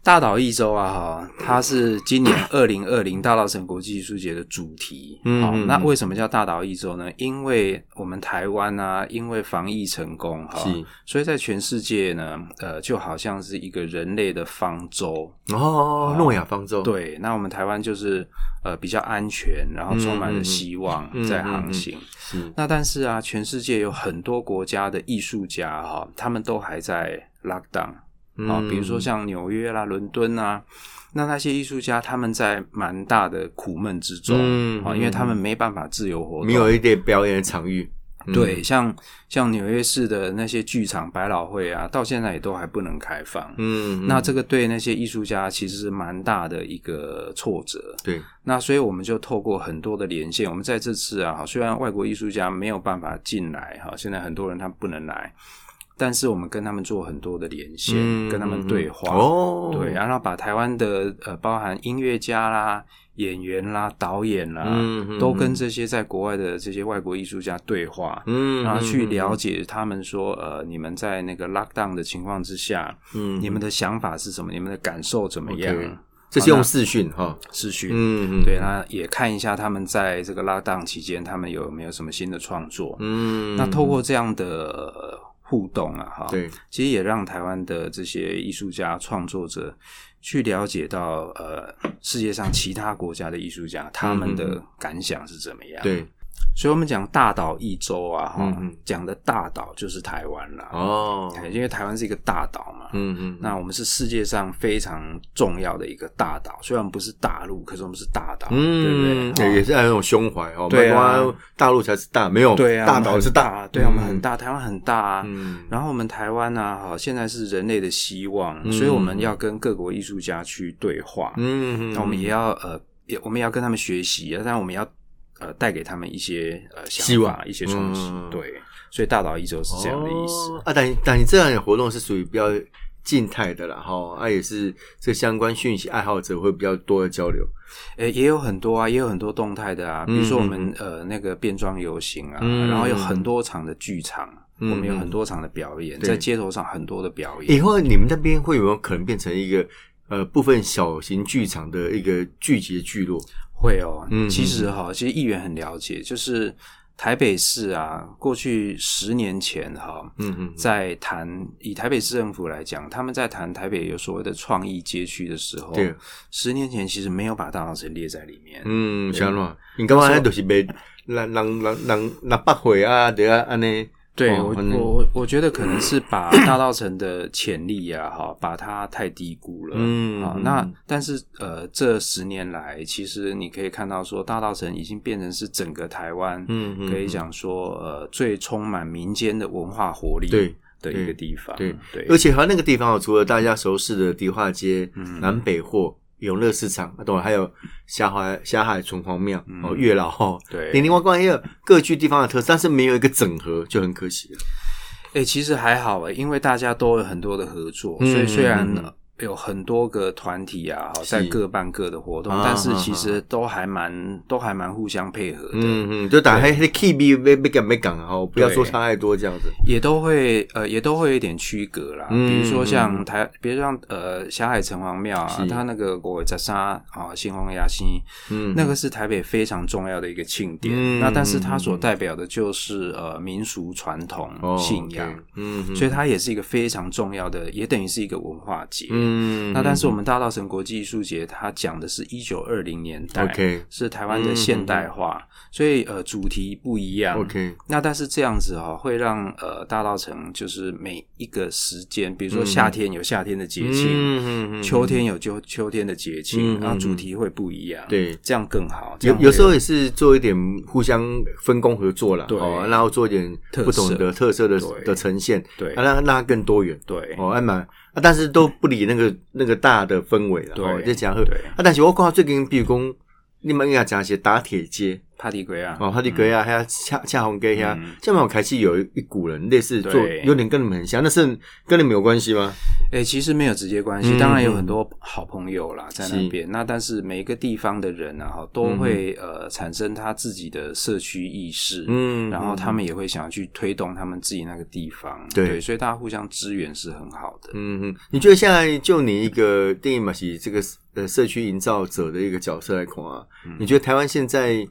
Speaker 2: 大岛一周啊，哈，它是今
Speaker 1: [COUGHS]
Speaker 2: 年二零二零大稻城国际艺术节的主题。
Speaker 1: 嗯
Speaker 2: 好、
Speaker 1: 嗯
Speaker 2: 那
Speaker 1: 嗯
Speaker 2: 为什么叫大岛一周呢？因为我们台湾啊，因为防疫成功哈
Speaker 1: 是，
Speaker 2: 所以在全世界呢，呃，就好像是一个人类的方舟。
Speaker 1: 哦，诺亚方舟，，
Speaker 2: 对，那我们台湾就是呃比较安全，然后充满
Speaker 1: 嗯嗯
Speaker 2: 了
Speaker 1: 嗯
Speaker 2: 希望
Speaker 1: 嗯
Speaker 2: 在
Speaker 1: 嗯
Speaker 2: 航
Speaker 1: 嗯
Speaker 2: 行。
Speaker 1: 是，
Speaker 2: 那但是啊，全世界有很多国家的艺术家哈、他们都还在 lockdown。啊、
Speaker 1: 嗯
Speaker 2: 比如说像纽约啦、伦敦啊，那那些艺术家他们在蛮大的苦闷之中啊、
Speaker 1: 嗯
Speaker 2: 因为他们没办法自由活动，
Speaker 1: 没有一点表演的场域，嗯
Speaker 2: 对，像像纽约市的那些剧场、百老汇啊，到现在也都还不能开放。
Speaker 1: 嗯，
Speaker 2: 那
Speaker 1: 嗯
Speaker 2: 这个对那些艺术家其实是蛮大的一个挫折。
Speaker 1: 对，
Speaker 2: 那所以我们就透过很多的连线，我们在这次啊，虽然外国艺术家没有办法进来哈，现在很多人他不能来，但是我们跟他们做很多的连线，
Speaker 1: 嗯
Speaker 2: 跟他们对
Speaker 1: 嗯
Speaker 2: 话。
Speaker 1: 嗯哦，
Speaker 2: 对，啊然后把台湾的呃，包含音乐家啦、演员啦、导演啦，
Speaker 1: 嗯嗯
Speaker 2: 都跟这些在国外的这些外国艺术家对话，
Speaker 1: 嗯，嗯，
Speaker 2: 然后去
Speaker 1: 嗯，
Speaker 2: 了解他们说，呃，你们在那个 lockdown 的情况之下，
Speaker 1: 嗯，
Speaker 2: 你们的想法是什么？你们的感受怎么样
Speaker 1: OK？这是用视讯哈，
Speaker 2: 是去、
Speaker 1: 嗯，嗯
Speaker 2: 对，，那也看一下他们在这个 lockdown 期间，他们有没有什么新的创作？
Speaker 1: 嗯，
Speaker 2: 那透过这样的呃互动啊，哈，
Speaker 1: 对，
Speaker 2: 其实也让台湾的这些艺术家、创作者去了解到，呃，世界上其他国家的艺术家他们
Speaker 1: 嗯
Speaker 2: 的
Speaker 1: 嗯
Speaker 2: 感想是怎么样。
Speaker 1: 对，
Speaker 2: 所以我们讲大岛一周啊，哈
Speaker 1: 嗯嗯，
Speaker 2: 讲的大岛就是台湾啦，哎
Speaker 1: 哦，
Speaker 2: 因为台湾是一个大岛嘛，
Speaker 1: 嗯嗯，
Speaker 2: 啊那我们是世界上非常重要的一个大岛，虽然我们不是大陆，可是我们是大岛，对
Speaker 1: 嗯，
Speaker 2: 不对？
Speaker 1: 也也
Speaker 2: 哦
Speaker 1: 是那种胸怀哦，
Speaker 2: 对啊
Speaker 1: 包括大陆才是大，没有
Speaker 2: 对啊，
Speaker 1: 哦大岛是
Speaker 2: 我们很大，对啊，
Speaker 1: 嗯
Speaker 2: 我们很大，台湾很大啊。
Speaker 1: 嗯，
Speaker 2: 然后我们台湾呢、啊，好，现在是人类的希望，
Speaker 1: 嗯
Speaker 2: 所以我们要跟各国艺术家去对话。
Speaker 1: 嗯，
Speaker 2: 那我们也要呃，也我们也要跟他们学习，啊但我们要呃带给他们一些呃
Speaker 1: 希
Speaker 2: 想法、
Speaker 1: 望
Speaker 2: 一些冲击。
Speaker 1: 嗯
Speaker 2: 对，所以大岛一周是这样的意思。
Speaker 1: 哦啊。但但你这样的活动是属于比较静态的啦，哈，啊也是这相关讯息爱好者会比较多的交流，
Speaker 2: 诶、也有很多啊，也有很多动态的啊，比如说我
Speaker 1: 嗯
Speaker 2: 们、呃那个变装游行啊，
Speaker 1: 嗯
Speaker 2: 然后有很多场的剧场，
Speaker 1: 嗯
Speaker 2: 我们有很多场的表演，
Speaker 1: 对
Speaker 2: 在街头上很多的表演。
Speaker 1: 以后你们那边会有没有可能变成一个呃部分小型剧场的一个聚集的聚落？
Speaker 2: 会哦，
Speaker 1: 嗯
Speaker 2: 其实哈、其实议员很了解，就是台北市啊，过去十年前哈、
Speaker 1: 嗯嗯，
Speaker 2: 在谈以台北市政府来讲，他们在谈台北有所谓的创意街区的时候
Speaker 1: 对，
Speaker 2: 十年前其实没有把大稻城列在里面。
Speaker 1: 嗯，是安怎？你
Speaker 2: 啊
Speaker 1: 刚刚那就是被人人人人那八回啊，对啊，安尼，
Speaker 2: 对
Speaker 1: 哦
Speaker 2: 我
Speaker 1: 嗯
Speaker 2: 我我我觉得可能是
Speaker 1: [CLEARS THROAT]
Speaker 2: 把大稻城的潜力啊，哈，把它太低估了。
Speaker 1: 嗯
Speaker 2: 啊，那但是呃，这十年来，其实你可以看到说，大稻城已经变成是整个台湾，
Speaker 1: 嗯嗯
Speaker 2: 可以讲说呃最充满民间的文化活力
Speaker 1: 对
Speaker 2: 的一个地方。
Speaker 1: 对
Speaker 2: 对，
Speaker 1: 而且它那个地方哦，除了大家熟识的迪化街、
Speaker 2: 嗯
Speaker 1: 南北货、永乐市场，啊，懂了，还有霞海霞海城隍庙、哦，月老哦，[LAUGHS]
Speaker 2: 嗯对
Speaker 1: 零零光光也有各具地方的特色，但是没有一个整合，就很可惜了。
Speaker 2: 哎、其实还好哎、因为大家都有很多的合作，
Speaker 1: 嗯
Speaker 2: 所以虽然
Speaker 1: 嗯嗯
Speaker 2: 有很多个团体啊，好
Speaker 1: 是
Speaker 2: 在各办各的活动，
Speaker 1: 啊
Speaker 2: 但是
Speaker 1: 啊
Speaker 2: 其实都还蛮都还蛮互相配合的。
Speaker 1: 嗯嗯，就打开 key B 没没敢没敢哦，不要说差太多这样子。
Speaker 2: 也都会呃，也都会有一点区隔啦。
Speaker 1: 嗯
Speaker 2: 比如
Speaker 1: 嗯
Speaker 2: 说
Speaker 1: 嗯
Speaker 2: 像台，比如像呃霞海城隍庙啊
Speaker 1: 是，
Speaker 2: 它那个国在沙啊，新红牙西，
Speaker 1: 嗯，
Speaker 2: 那个是台北非常重要的一个庆典。
Speaker 1: 嗯
Speaker 2: 那但
Speaker 1: 嗯
Speaker 2: 是它
Speaker 1: 嗯
Speaker 2: 所代表的就是呃民俗传统
Speaker 1: 哦
Speaker 2: 信仰，
Speaker 1: 对嗯嗯
Speaker 2: 所以它也是一个非常重要的，也等于是一个文化节。
Speaker 1: 嗯，
Speaker 2: 那但是我们大稻城国际艺术节，它讲的是一九二零年代
Speaker 1: 嗯 OK 嗯
Speaker 2: 是台湾的现代化，所以呃主题不一样。嗯
Speaker 1: OK，
Speaker 2: 那但是这样子哈、哦，会让呃大稻城就是每一个时间，比如说夏天有夏天的节庆，
Speaker 1: 嗯
Speaker 2: 秋天有秋秋天的节庆，
Speaker 1: 嗯嗯
Speaker 2: 然后主题会不一样，
Speaker 1: 对
Speaker 2: 这样更好。这
Speaker 1: 有
Speaker 2: 样
Speaker 1: 有时候
Speaker 2: 会
Speaker 1: 也是做一点互相分工合作啦，
Speaker 2: 对
Speaker 1: 哦，然后做一点不同的特色的
Speaker 2: 对
Speaker 1: 的呈现，
Speaker 2: 对
Speaker 1: 啊让让它更多元。
Speaker 2: 对
Speaker 1: 哦，还蛮啊，但是都不理那个那个大的氛围了。
Speaker 2: 对
Speaker 1: 哦，就讲啊
Speaker 2: 对，
Speaker 1: 但是我看到最近，比如讲，你们应该讲一些打铁街
Speaker 2: 帕蒂圭啊，
Speaker 1: 哦，哈利格亚还有恰恰红格亚
Speaker 2: 嗯，
Speaker 1: 这边我开始有一股人类似做，
Speaker 2: 对
Speaker 1: 有点跟你们很像，那是跟你们有关系吗？
Speaker 2: 哎、其实没有直接关系，
Speaker 1: 嗯
Speaker 2: 当然有很多好朋友啦，在那边。那但是每一个地方的人啊，
Speaker 1: 嗯
Speaker 2: 哈，都会、呃产生他自己的社区意识，
Speaker 1: 嗯
Speaker 2: 然后他们也会想要去推动他们自己那个地方，
Speaker 1: 对
Speaker 2: 所以大家互相支援是很好的。
Speaker 1: 嗯嗯，你觉得现在就你一个电影马戏这个呃社区营造者的一个角色来看啊，
Speaker 2: 嗯
Speaker 1: 你觉得台湾现在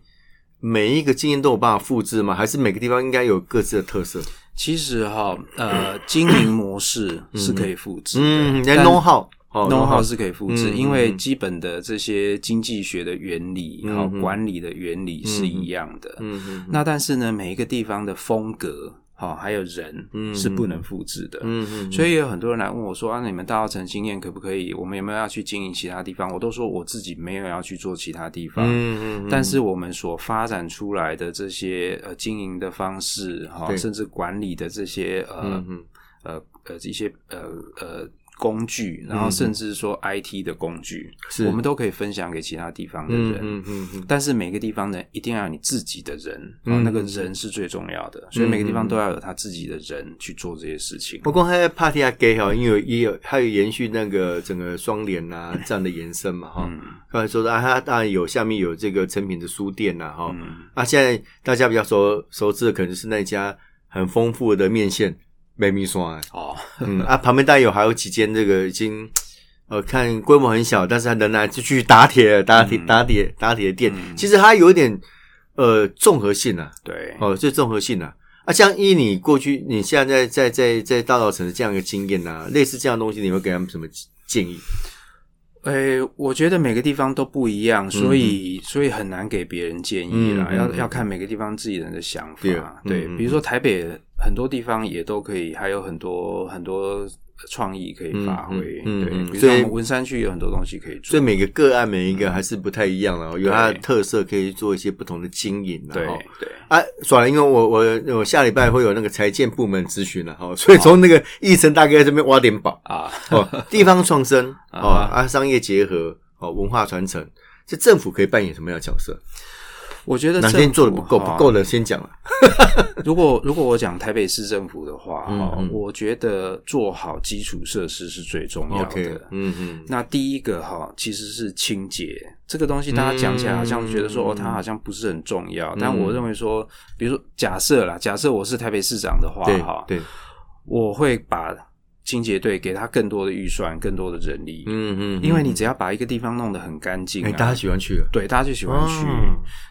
Speaker 1: 每一个经验都有办法复制吗？还是每个地方应该有各自的特色？
Speaker 2: 其实哈，呃，经营模式是可以复制的，
Speaker 1: 嗯，连
Speaker 2: 但
Speaker 1: know how 哦
Speaker 2: know how 是可以复制，
Speaker 1: 嗯
Speaker 2: 因
Speaker 1: 嗯
Speaker 2: 为
Speaker 1: 嗯
Speaker 2: 基本的这些经济学的原理，
Speaker 1: 嗯
Speaker 2: 然后
Speaker 1: 嗯
Speaker 2: 管理的原理是一样的。
Speaker 1: 嗯嗯
Speaker 2: 那但是呢，每一个地方的风格，好、还有人
Speaker 1: 嗯
Speaker 2: 是不能复制的。
Speaker 1: 嗯嗯，
Speaker 2: 所
Speaker 1: 以
Speaker 2: 以也有很多人来问我说：“啊，你们大稻城经验可不可以？我们有没有要去经营其他地方？”我都说我自己没有要去做其他地方，
Speaker 1: 嗯嗯，
Speaker 2: 但是我们所发展出来的这些呃经营的方式哈、
Speaker 1: 对
Speaker 2: 甚至管理的这些呃、
Speaker 1: 嗯嗯
Speaker 2: 呃呃一些呃呃工具，然后甚至说 IT 的工具，
Speaker 1: 嗯是
Speaker 2: 我们都可以分享给其他地方的
Speaker 1: 嗯
Speaker 2: 人。
Speaker 1: 嗯嗯嗯
Speaker 2: 但是每个地方呢，一定要有你自己的人，
Speaker 1: 嗯
Speaker 2: 哦，那个人是最重要的，所以每个地方都要有他自己的人去做这些事情。
Speaker 1: 不过还 party 还给哈，因为也有还有延续那个整个双联啊这样的延伸嘛
Speaker 2: 嗯
Speaker 1: 哈。刚才说的啊，它当然有下面有这个成品的书店呐哈。
Speaker 2: 嗯
Speaker 1: 啊，现在大家比较熟熟知的可能是那家很丰富的面线美米酸，
Speaker 2: 哦，
Speaker 1: 嗯啊，旁边当然有还有几间这个已经呃看规模很小，但是它仍然就去打铁打铁
Speaker 2: 嗯
Speaker 1: 打铁打铁的店，其实它有一点呃综合性啊，
Speaker 2: 对，
Speaker 1: 哦，这综合性啊。啊，像依你过去你现在在在在在大稻城的这样一个经验啊，类似这样的东西，你会给他们什么建议？
Speaker 2: 诶、我觉得每个地方都不一样，所以、所以很难给别人建议啦，
Speaker 1: 嗯嗯嗯
Speaker 2: 要
Speaker 1: 嗯
Speaker 2: 要看每个地方自己人的想法。
Speaker 1: 对
Speaker 2: 对，
Speaker 1: 啊嗯嗯
Speaker 2: 比如说台北很多地方也都可以，还有很多很多创意可以发挥。
Speaker 1: 嗯嗯
Speaker 2: 对，
Speaker 1: 嗯
Speaker 2: 比如
Speaker 1: 所
Speaker 2: 说
Speaker 1: 以
Speaker 2: 我们文山区有很多东西可以
Speaker 1: 所
Speaker 2: 做
Speaker 1: 以。每个个案每一个还是不太一样了，哦有它的
Speaker 2: 嗯对
Speaker 1: 特色，可以做一些不同的经营啊。
Speaker 2: 对
Speaker 1: 哦
Speaker 2: 对，
Speaker 1: 啊，算了，因为我我我下礼拜会有那个财建部门咨询了哈，所以从那个议程大概这边挖点
Speaker 2: [LAUGHS]
Speaker 1: 宝
Speaker 2: 啊，
Speaker 1: 哦，地方创生哦
Speaker 2: 啊
Speaker 1: 啊，商业结合哦，文化传承，这政府可以扮演什么样的角色？
Speaker 2: 我觉得
Speaker 1: 哪
Speaker 2: 政
Speaker 1: 天做的
Speaker 2: 府啊
Speaker 1: 不够
Speaker 2: 哈
Speaker 1: 不够的先讲了，
Speaker 2: 如果如果我讲台北市政府的话，
Speaker 1: 嗯
Speaker 2: 哈、
Speaker 1: 嗯
Speaker 2: 我觉得做好基础设施是最重要的。
Speaker 1: OK，嗯嗯，
Speaker 2: 那第一个哈，其实是清洁这个东西，大家讲起来好像觉得
Speaker 1: 嗯
Speaker 2: 说、哦，它好像不是很重要。
Speaker 1: 嗯
Speaker 2: 但我认为说，比如说假设啦，假设我是台北市长的话
Speaker 1: 对
Speaker 2: 哈，
Speaker 1: 对，
Speaker 2: 我会把清洁队给他更多的预算，更多的人力，
Speaker 1: 嗯嗯，
Speaker 2: 因为你
Speaker 1: 嗯
Speaker 2: 只要把一个地方弄得很干净、
Speaker 1: 哎，
Speaker 2: 啊，
Speaker 1: 大家喜欢去了，
Speaker 2: 对大家就喜欢去。
Speaker 1: 哦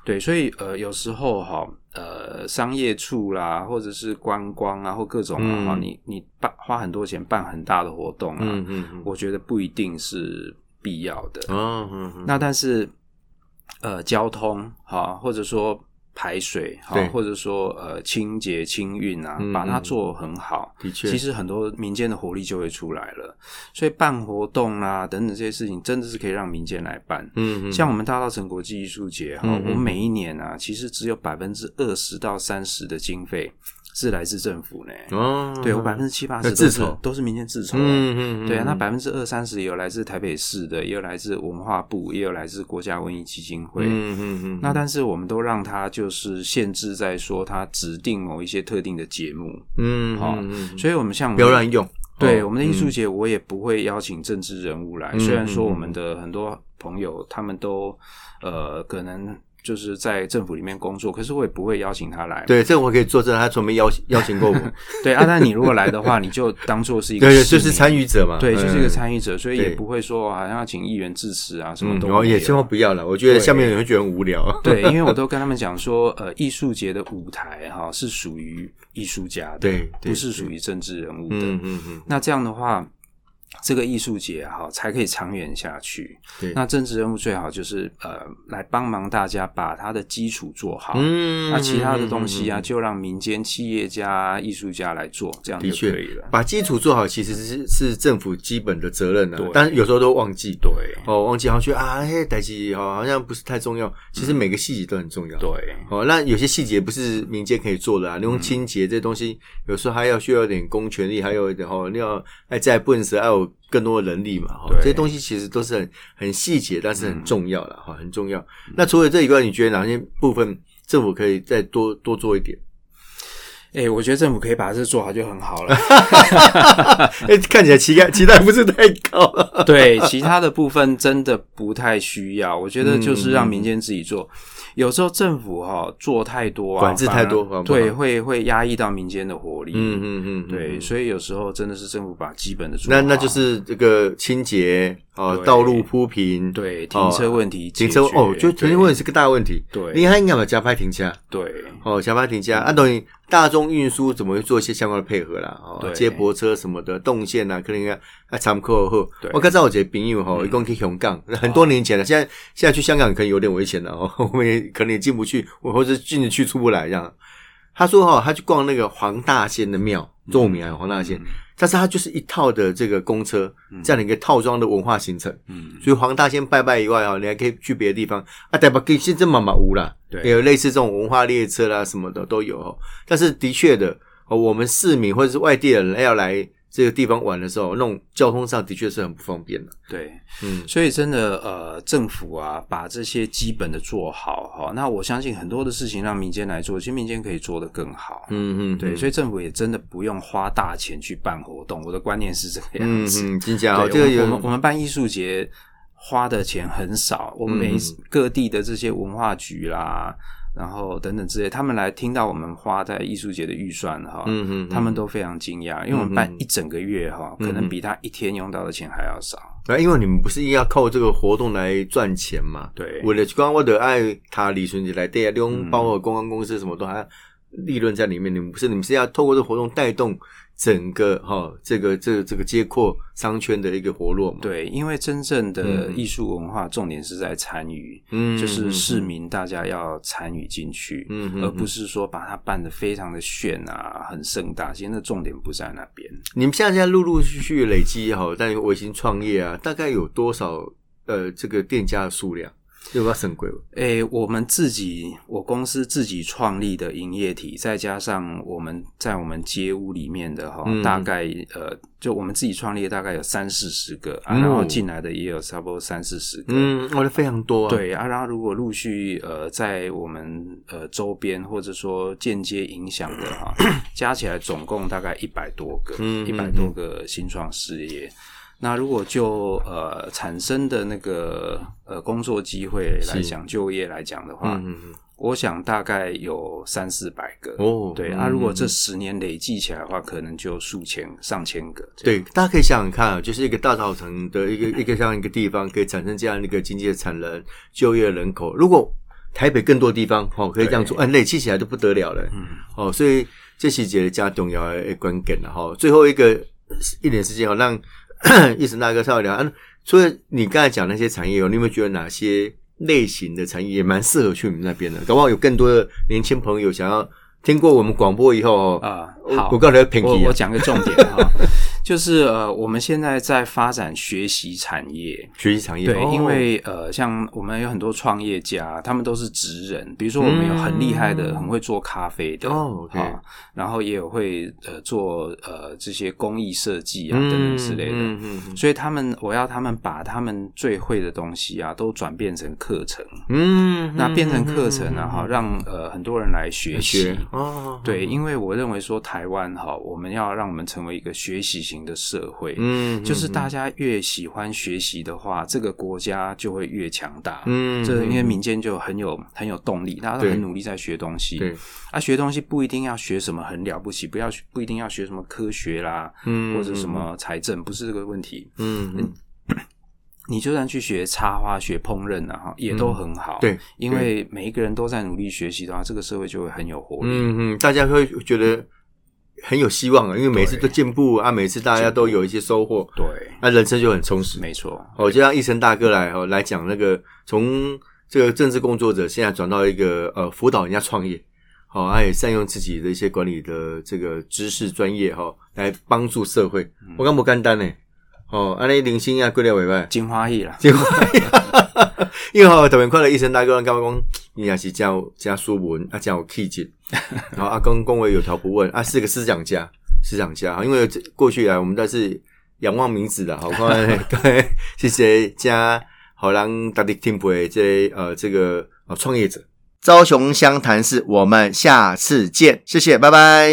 Speaker 2: 对，所以呃，有时候哈，呃，商业处啦，或者是观光啊，或各种啊，哈
Speaker 1: 嗯
Speaker 2: 你你办花很多钱办很大的活动啊，
Speaker 1: 嗯嗯嗯，
Speaker 2: 我觉得不一定是必要的。
Speaker 1: 哦嗯嗯，
Speaker 2: 啊那但是呃，交通哈，或者说排水哈
Speaker 1: 对，
Speaker 2: 或者说呃清洁清运啊，
Speaker 1: 嗯
Speaker 2: 把它
Speaker 1: 嗯
Speaker 2: 做很好。
Speaker 1: 的确，
Speaker 2: 其实很多民间的活力就会出来了，所以办活动啦、等等这些事情，真的是可以让民间来办。
Speaker 1: 嗯嗯，
Speaker 2: 像我们大稻城国际艺术节哈，
Speaker 1: 嗯嗯
Speaker 2: 我每一年啊，其实只有百分之二十到三十的经费是来自政府呢。
Speaker 1: 哦，
Speaker 2: 对我百分之七八
Speaker 1: 那
Speaker 2: 十
Speaker 1: 自筹
Speaker 2: 都是民间自筹。
Speaker 1: 嗯嗯嗯，
Speaker 2: 对啊，那
Speaker 1: 嗯
Speaker 2: 百分之二三十也有来自台北市的，也有来自文化部，也有来自国家文艺基金会。
Speaker 1: 嗯嗯嗯，
Speaker 2: 那但是我们都让它就是限制在说它指定某一些特定的节目，
Speaker 1: 嗯
Speaker 2: 好
Speaker 1: 嗯嗯嗯
Speaker 2: 所以我们像我们
Speaker 1: 不要乱用，
Speaker 2: 对、
Speaker 1: 哦
Speaker 2: 我们的艺术节，我也不会邀请政治人物来。
Speaker 1: 嗯
Speaker 2: 虽然说我们的很多朋友他们都呃可能就是在政府里面工作，可是我也不会邀请他来。
Speaker 1: 对，这个我可以作证，他从没邀请邀请过
Speaker 2: [LAUGHS]
Speaker 1: 我。
Speaker 2: 对，阿丹、但你如果来的话，你就当做是一
Speaker 1: 对
Speaker 2: 个
Speaker 1: 对，
Speaker 2: 市
Speaker 1: 就
Speaker 2: 民
Speaker 1: 是参与者嘛，
Speaker 2: 对，就是一个
Speaker 1: 嗯
Speaker 2: 参与者，所以也
Speaker 1: 对
Speaker 2: 不会说好像要请议员致辞啊，什么
Speaker 1: 嗯，
Speaker 2: 都
Speaker 1: 然后
Speaker 2: 没有
Speaker 1: 也 [LAUGHS] 千万不要了，我觉得
Speaker 2: 对
Speaker 1: 下面人会觉得很无聊。
Speaker 2: [LAUGHS] 对，因为我都跟他们讲说，呃，艺术节的舞台哈、是属于艺术家的，
Speaker 1: 对对
Speaker 2: 不是属于政治人物的。
Speaker 1: 嗯嗯嗯，
Speaker 2: 那这样的话，这个艺术节哈、才可以长远下去。
Speaker 1: 对，
Speaker 2: 那政治人物最好就是呃来帮忙大家把它的基础做好，
Speaker 1: 嗯
Speaker 2: 那其他的东西啊，
Speaker 1: 嗯嗯嗯
Speaker 2: 就让民间企业家、艺术家来做，这样
Speaker 1: 的
Speaker 2: 就
Speaker 1: 确
Speaker 2: 可以了。
Speaker 1: 把基础做好，其实是是政府基本的责任啊
Speaker 2: 对，
Speaker 1: 但是有时候都忘记。
Speaker 2: 对
Speaker 1: 哦，忘记好像觉得啊，嘿，代际哦，好像不是太重要。其实每个细节都很重要。
Speaker 2: 对
Speaker 1: 哦，那有些细节不是民间可以做的啊，你
Speaker 2: 嗯
Speaker 1: 用清洁这东西，有时候还要需要一点公权力，还有一点哦，你要哎在不能时还有更多的人力嘛，哈、哦，
Speaker 2: 对嗯
Speaker 1: 这些东西其实都是很很细节，但是很重要了哈、很重要。那除了这以外，你觉得哪些部分政府可以再多多做一点？ [LAUGHS]
Speaker 2: 哎、我觉得政府可以把这做好就很好了。
Speaker 1: 哎，看起来期待期待不是太高了。 [LAUGHS]
Speaker 2: 对，其他的部分真的不太需要。我觉得就是让民间自己做。有时候政府哈、做太多
Speaker 1: 嗯
Speaker 2: 啊，
Speaker 1: 管制太多
Speaker 2: 反
Speaker 1: 管
Speaker 2: 而
Speaker 1: 不好
Speaker 2: 对，会会压抑到民间的活力。
Speaker 1: 嗯嗯嗯，嗯
Speaker 2: 对，所以有时候真的是政府把基本的做
Speaker 1: 那
Speaker 2: 好
Speaker 1: 那就是这个清洁哦，
Speaker 2: 对
Speaker 1: 道路铺平，，
Speaker 2: 对停车问题
Speaker 1: 停
Speaker 2: 解决、
Speaker 1: 车哦，我觉得停车问题是个大问题。
Speaker 2: 对
Speaker 1: 你还应该把加拍停下。
Speaker 2: 对
Speaker 1: 哦，小巴停加啊，等于大众运输怎么会做一些相关的配合啦？哦，
Speaker 2: 对
Speaker 1: 接驳车什么的，动线啊，可能要啊，参考后
Speaker 2: 对。嗯
Speaker 1: 我刚才我有一个朋友哈，一共去香港，很多年前了，现在现在去香港可能有点危险了哦， [LAUGHS] 我们也可能也进不去，我或者进得去出不来这样。他说哈、他去逛那个黄大仙的庙，
Speaker 2: 嗯
Speaker 1: 中午名还有黄大仙，但是他就是一套的这个公车这样的一个套装的文化行程。
Speaker 2: 嗯，
Speaker 1: 除了黄大仙拜拜以外哦，你还可以去别的地方啊。台北可以现在妈妈屋啦，
Speaker 2: 对
Speaker 1: 也有类似这种文化列车啦什么的都有哦。但是的确的，哦，我们市民或者是外地人要来这个地方玩的时候，那种交通上的确是很不方便的。
Speaker 2: 对，
Speaker 1: 嗯
Speaker 2: 所以真的呃，政府啊，把这些基本的做好哈、那我相信很多的事情让民间来做，其实民间可以做得更好。
Speaker 1: 嗯嗯，
Speaker 2: 对，所
Speaker 1: 以
Speaker 2: 以政府也真的不用花大钱去办活动。我的观念是这个样
Speaker 1: 嗯
Speaker 2: 子。
Speaker 1: 嗯，金家哦，
Speaker 2: 对我
Speaker 1: 这个
Speaker 2: 们
Speaker 1: 有
Speaker 2: 我们我们办艺术节花的钱很少，我们每一
Speaker 1: 嗯
Speaker 2: 各地的这些文化局啦，然后等等之类，他们来听到我们花在艺术节的预算哈，
Speaker 1: 嗯嗯，
Speaker 2: 他们都非常惊讶，因为我们办一整个月哈，可
Speaker 1: 嗯
Speaker 2: 能比他一天用到的钱还要少。
Speaker 1: 啊，因为你们不是硬要靠这个活动来赚钱嘛？
Speaker 2: 对，嗯
Speaker 1: 为了光我的爱他李顺杰来对啊，利用包括公关公司什么都还利润在里面，你们不是你们是要透过这个活动带动整个哈、哦这个这个这个街阔商圈的一个活络嘛？，
Speaker 2: 对，因为真正的
Speaker 1: 嗯
Speaker 2: 艺术文化重点是在参与，
Speaker 1: 嗯
Speaker 2: 就是市，民大家要参与进去，
Speaker 1: 嗯嗯嗯
Speaker 2: 而不是说把它办得非常的炫啊，很盛大。其实那重点不在那边。
Speaker 1: 你们现在在陆陆续续累积也好，但微型创业啊，大概有多少呃这个店家的数量？有没有省规？
Speaker 2: 诶、我们自己，我公司自己创立的营业体，再加上我们在我们街屋里面的哈，
Speaker 1: 嗯
Speaker 2: 大概呃，就我们自己创立大概有三四十个，啊
Speaker 1: 嗯
Speaker 2: 然后进来的也有差不多三四十个。
Speaker 1: 嗯，我的非常多啊。，
Speaker 2: 对啊，然后如果陆续呃在我们呃周边或者说间接影响的哈，加起来总共大概一百多个，
Speaker 1: 嗯
Speaker 2: 一百多个新创事业。那如果就呃产生的那个呃工作机会来讲，就业来讲的话，
Speaker 1: 嗯嗯嗯，
Speaker 2: 我想大概有三四百个
Speaker 1: 哦
Speaker 2: 对，
Speaker 1: 嗯
Speaker 2: 啊，如果
Speaker 1: 嗯
Speaker 2: 这
Speaker 1: 嗯
Speaker 2: 十年累计起来的话，可能就数千、上千个这
Speaker 1: 对
Speaker 2: 样。，
Speaker 1: 大家可以想想看啊，就是一个大稻城的一个一个这样一个地方，可以产生这样一个经济的产能、就业人口。如果台北更多地方哦可以这样做，嗯，累积起来就不得了了。
Speaker 2: 嗯，
Speaker 1: 哦，所以这是一个加重要的关键了哈、最后一个一点时间哦，让 [COUGHS] 一晨大哥稍微聊。啊，除了你刚才讲那些产业哦，你有没有觉得哪些类型的产业也蛮适合去你们那边的？搞不好有更多的年轻朋友想要听过我们广播以后哦，
Speaker 2: 啊
Speaker 1: 我
Speaker 2: 好
Speaker 1: 我告诉你便
Speaker 2: 我
Speaker 1: 宜
Speaker 2: 我
Speaker 1: 啊，
Speaker 2: 讲个重点哈， [LAUGHS] 就是呃，我们现在在发展学习产业。
Speaker 1: 学习产业
Speaker 2: 对，
Speaker 1: 哦
Speaker 2: 因为呃，像我们有很多创业家，他们都是职人，比如说我们有很厉害的，
Speaker 1: 嗯
Speaker 2: 很会做咖啡的
Speaker 1: 哦，OK
Speaker 2: 啊，然后也有会呃做呃这些工艺设计啊
Speaker 1: 嗯
Speaker 2: 等等之类的，
Speaker 1: 嗯嗯嗯
Speaker 2: 所以他们我要他们把他们最会的东西啊，都转变成课程，
Speaker 1: 嗯，
Speaker 2: 那变成
Speaker 1: 嗯
Speaker 2: 课程啊，哈、，让呃很多人来学
Speaker 1: 嗯
Speaker 2: 习，
Speaker 1: 学哦，
Speaker 2: 对，因为我认为说台湾哈，我们要让我们成为一个学习型的社会，
Speaker 1: 嗯，
Speaker 2: 就是大
Speaker 1: 嗯，
Speaker 2: 家越喜欢学习的话，这个国家就会越强大。
Speaker 1: 嗯
Speaker 2: 这因为民间就很有很有动力，大家都
Speaker 1: 对
Speaker 2: 很努力在学东西。
Speaker 1: 对，
Speaker 2: 啊，学东西不一定要学什么很了不起，不要学不一定要学什么科学啦，
Speaker 1: 嗯
Speaker 2: 或者什，么财政，不是这个问题。
Speaker 1: 嗯嗯，
Speaker 2: 你就算去学插花、学烹饪啊，哈，也都很好。
Speaker 1: 嗯对，
Speaker 2: 因为每一个人都在努力学习的话，这个社会就会很有活力。
Speaker 1: 嗯嗯，大家会觉得很有希望啊，因为每次都进步啊，每次大家都有一些收获，
Speaker 2: 对，
Speaker 1: 那人生就很充实。
Speaker 2: 没错。
Speaker 1: 哦，就像医生大哥来哦来讲那个从这个政治工作者现在转到一个呃辅导人家创业，好、哦，他也善用自己的一些管理的这个知识专业哈、哦，来帮助社会。
Speaker 2: 嗯
Speaker 1: 我刚不简单呢，哦，安尼零星啊，过了尾拜。
Speaker 2: 金花艺啦，
Speaker 1: 结果， [LAUGHS] 因为吼特别快乐医生大哥跟我讲，你也是真有真斯文，啊，真有气质。然后阿公恭维有条不紊，啊，是个思想家，思想家。因为这过去以啊来我们都是仰望名字的， [LAUGHS] 好，看对，谢谢家好让大家听不的这个呃这个呃创业者。朝雄湘潭市，我们下次见，谢谢，拜拜。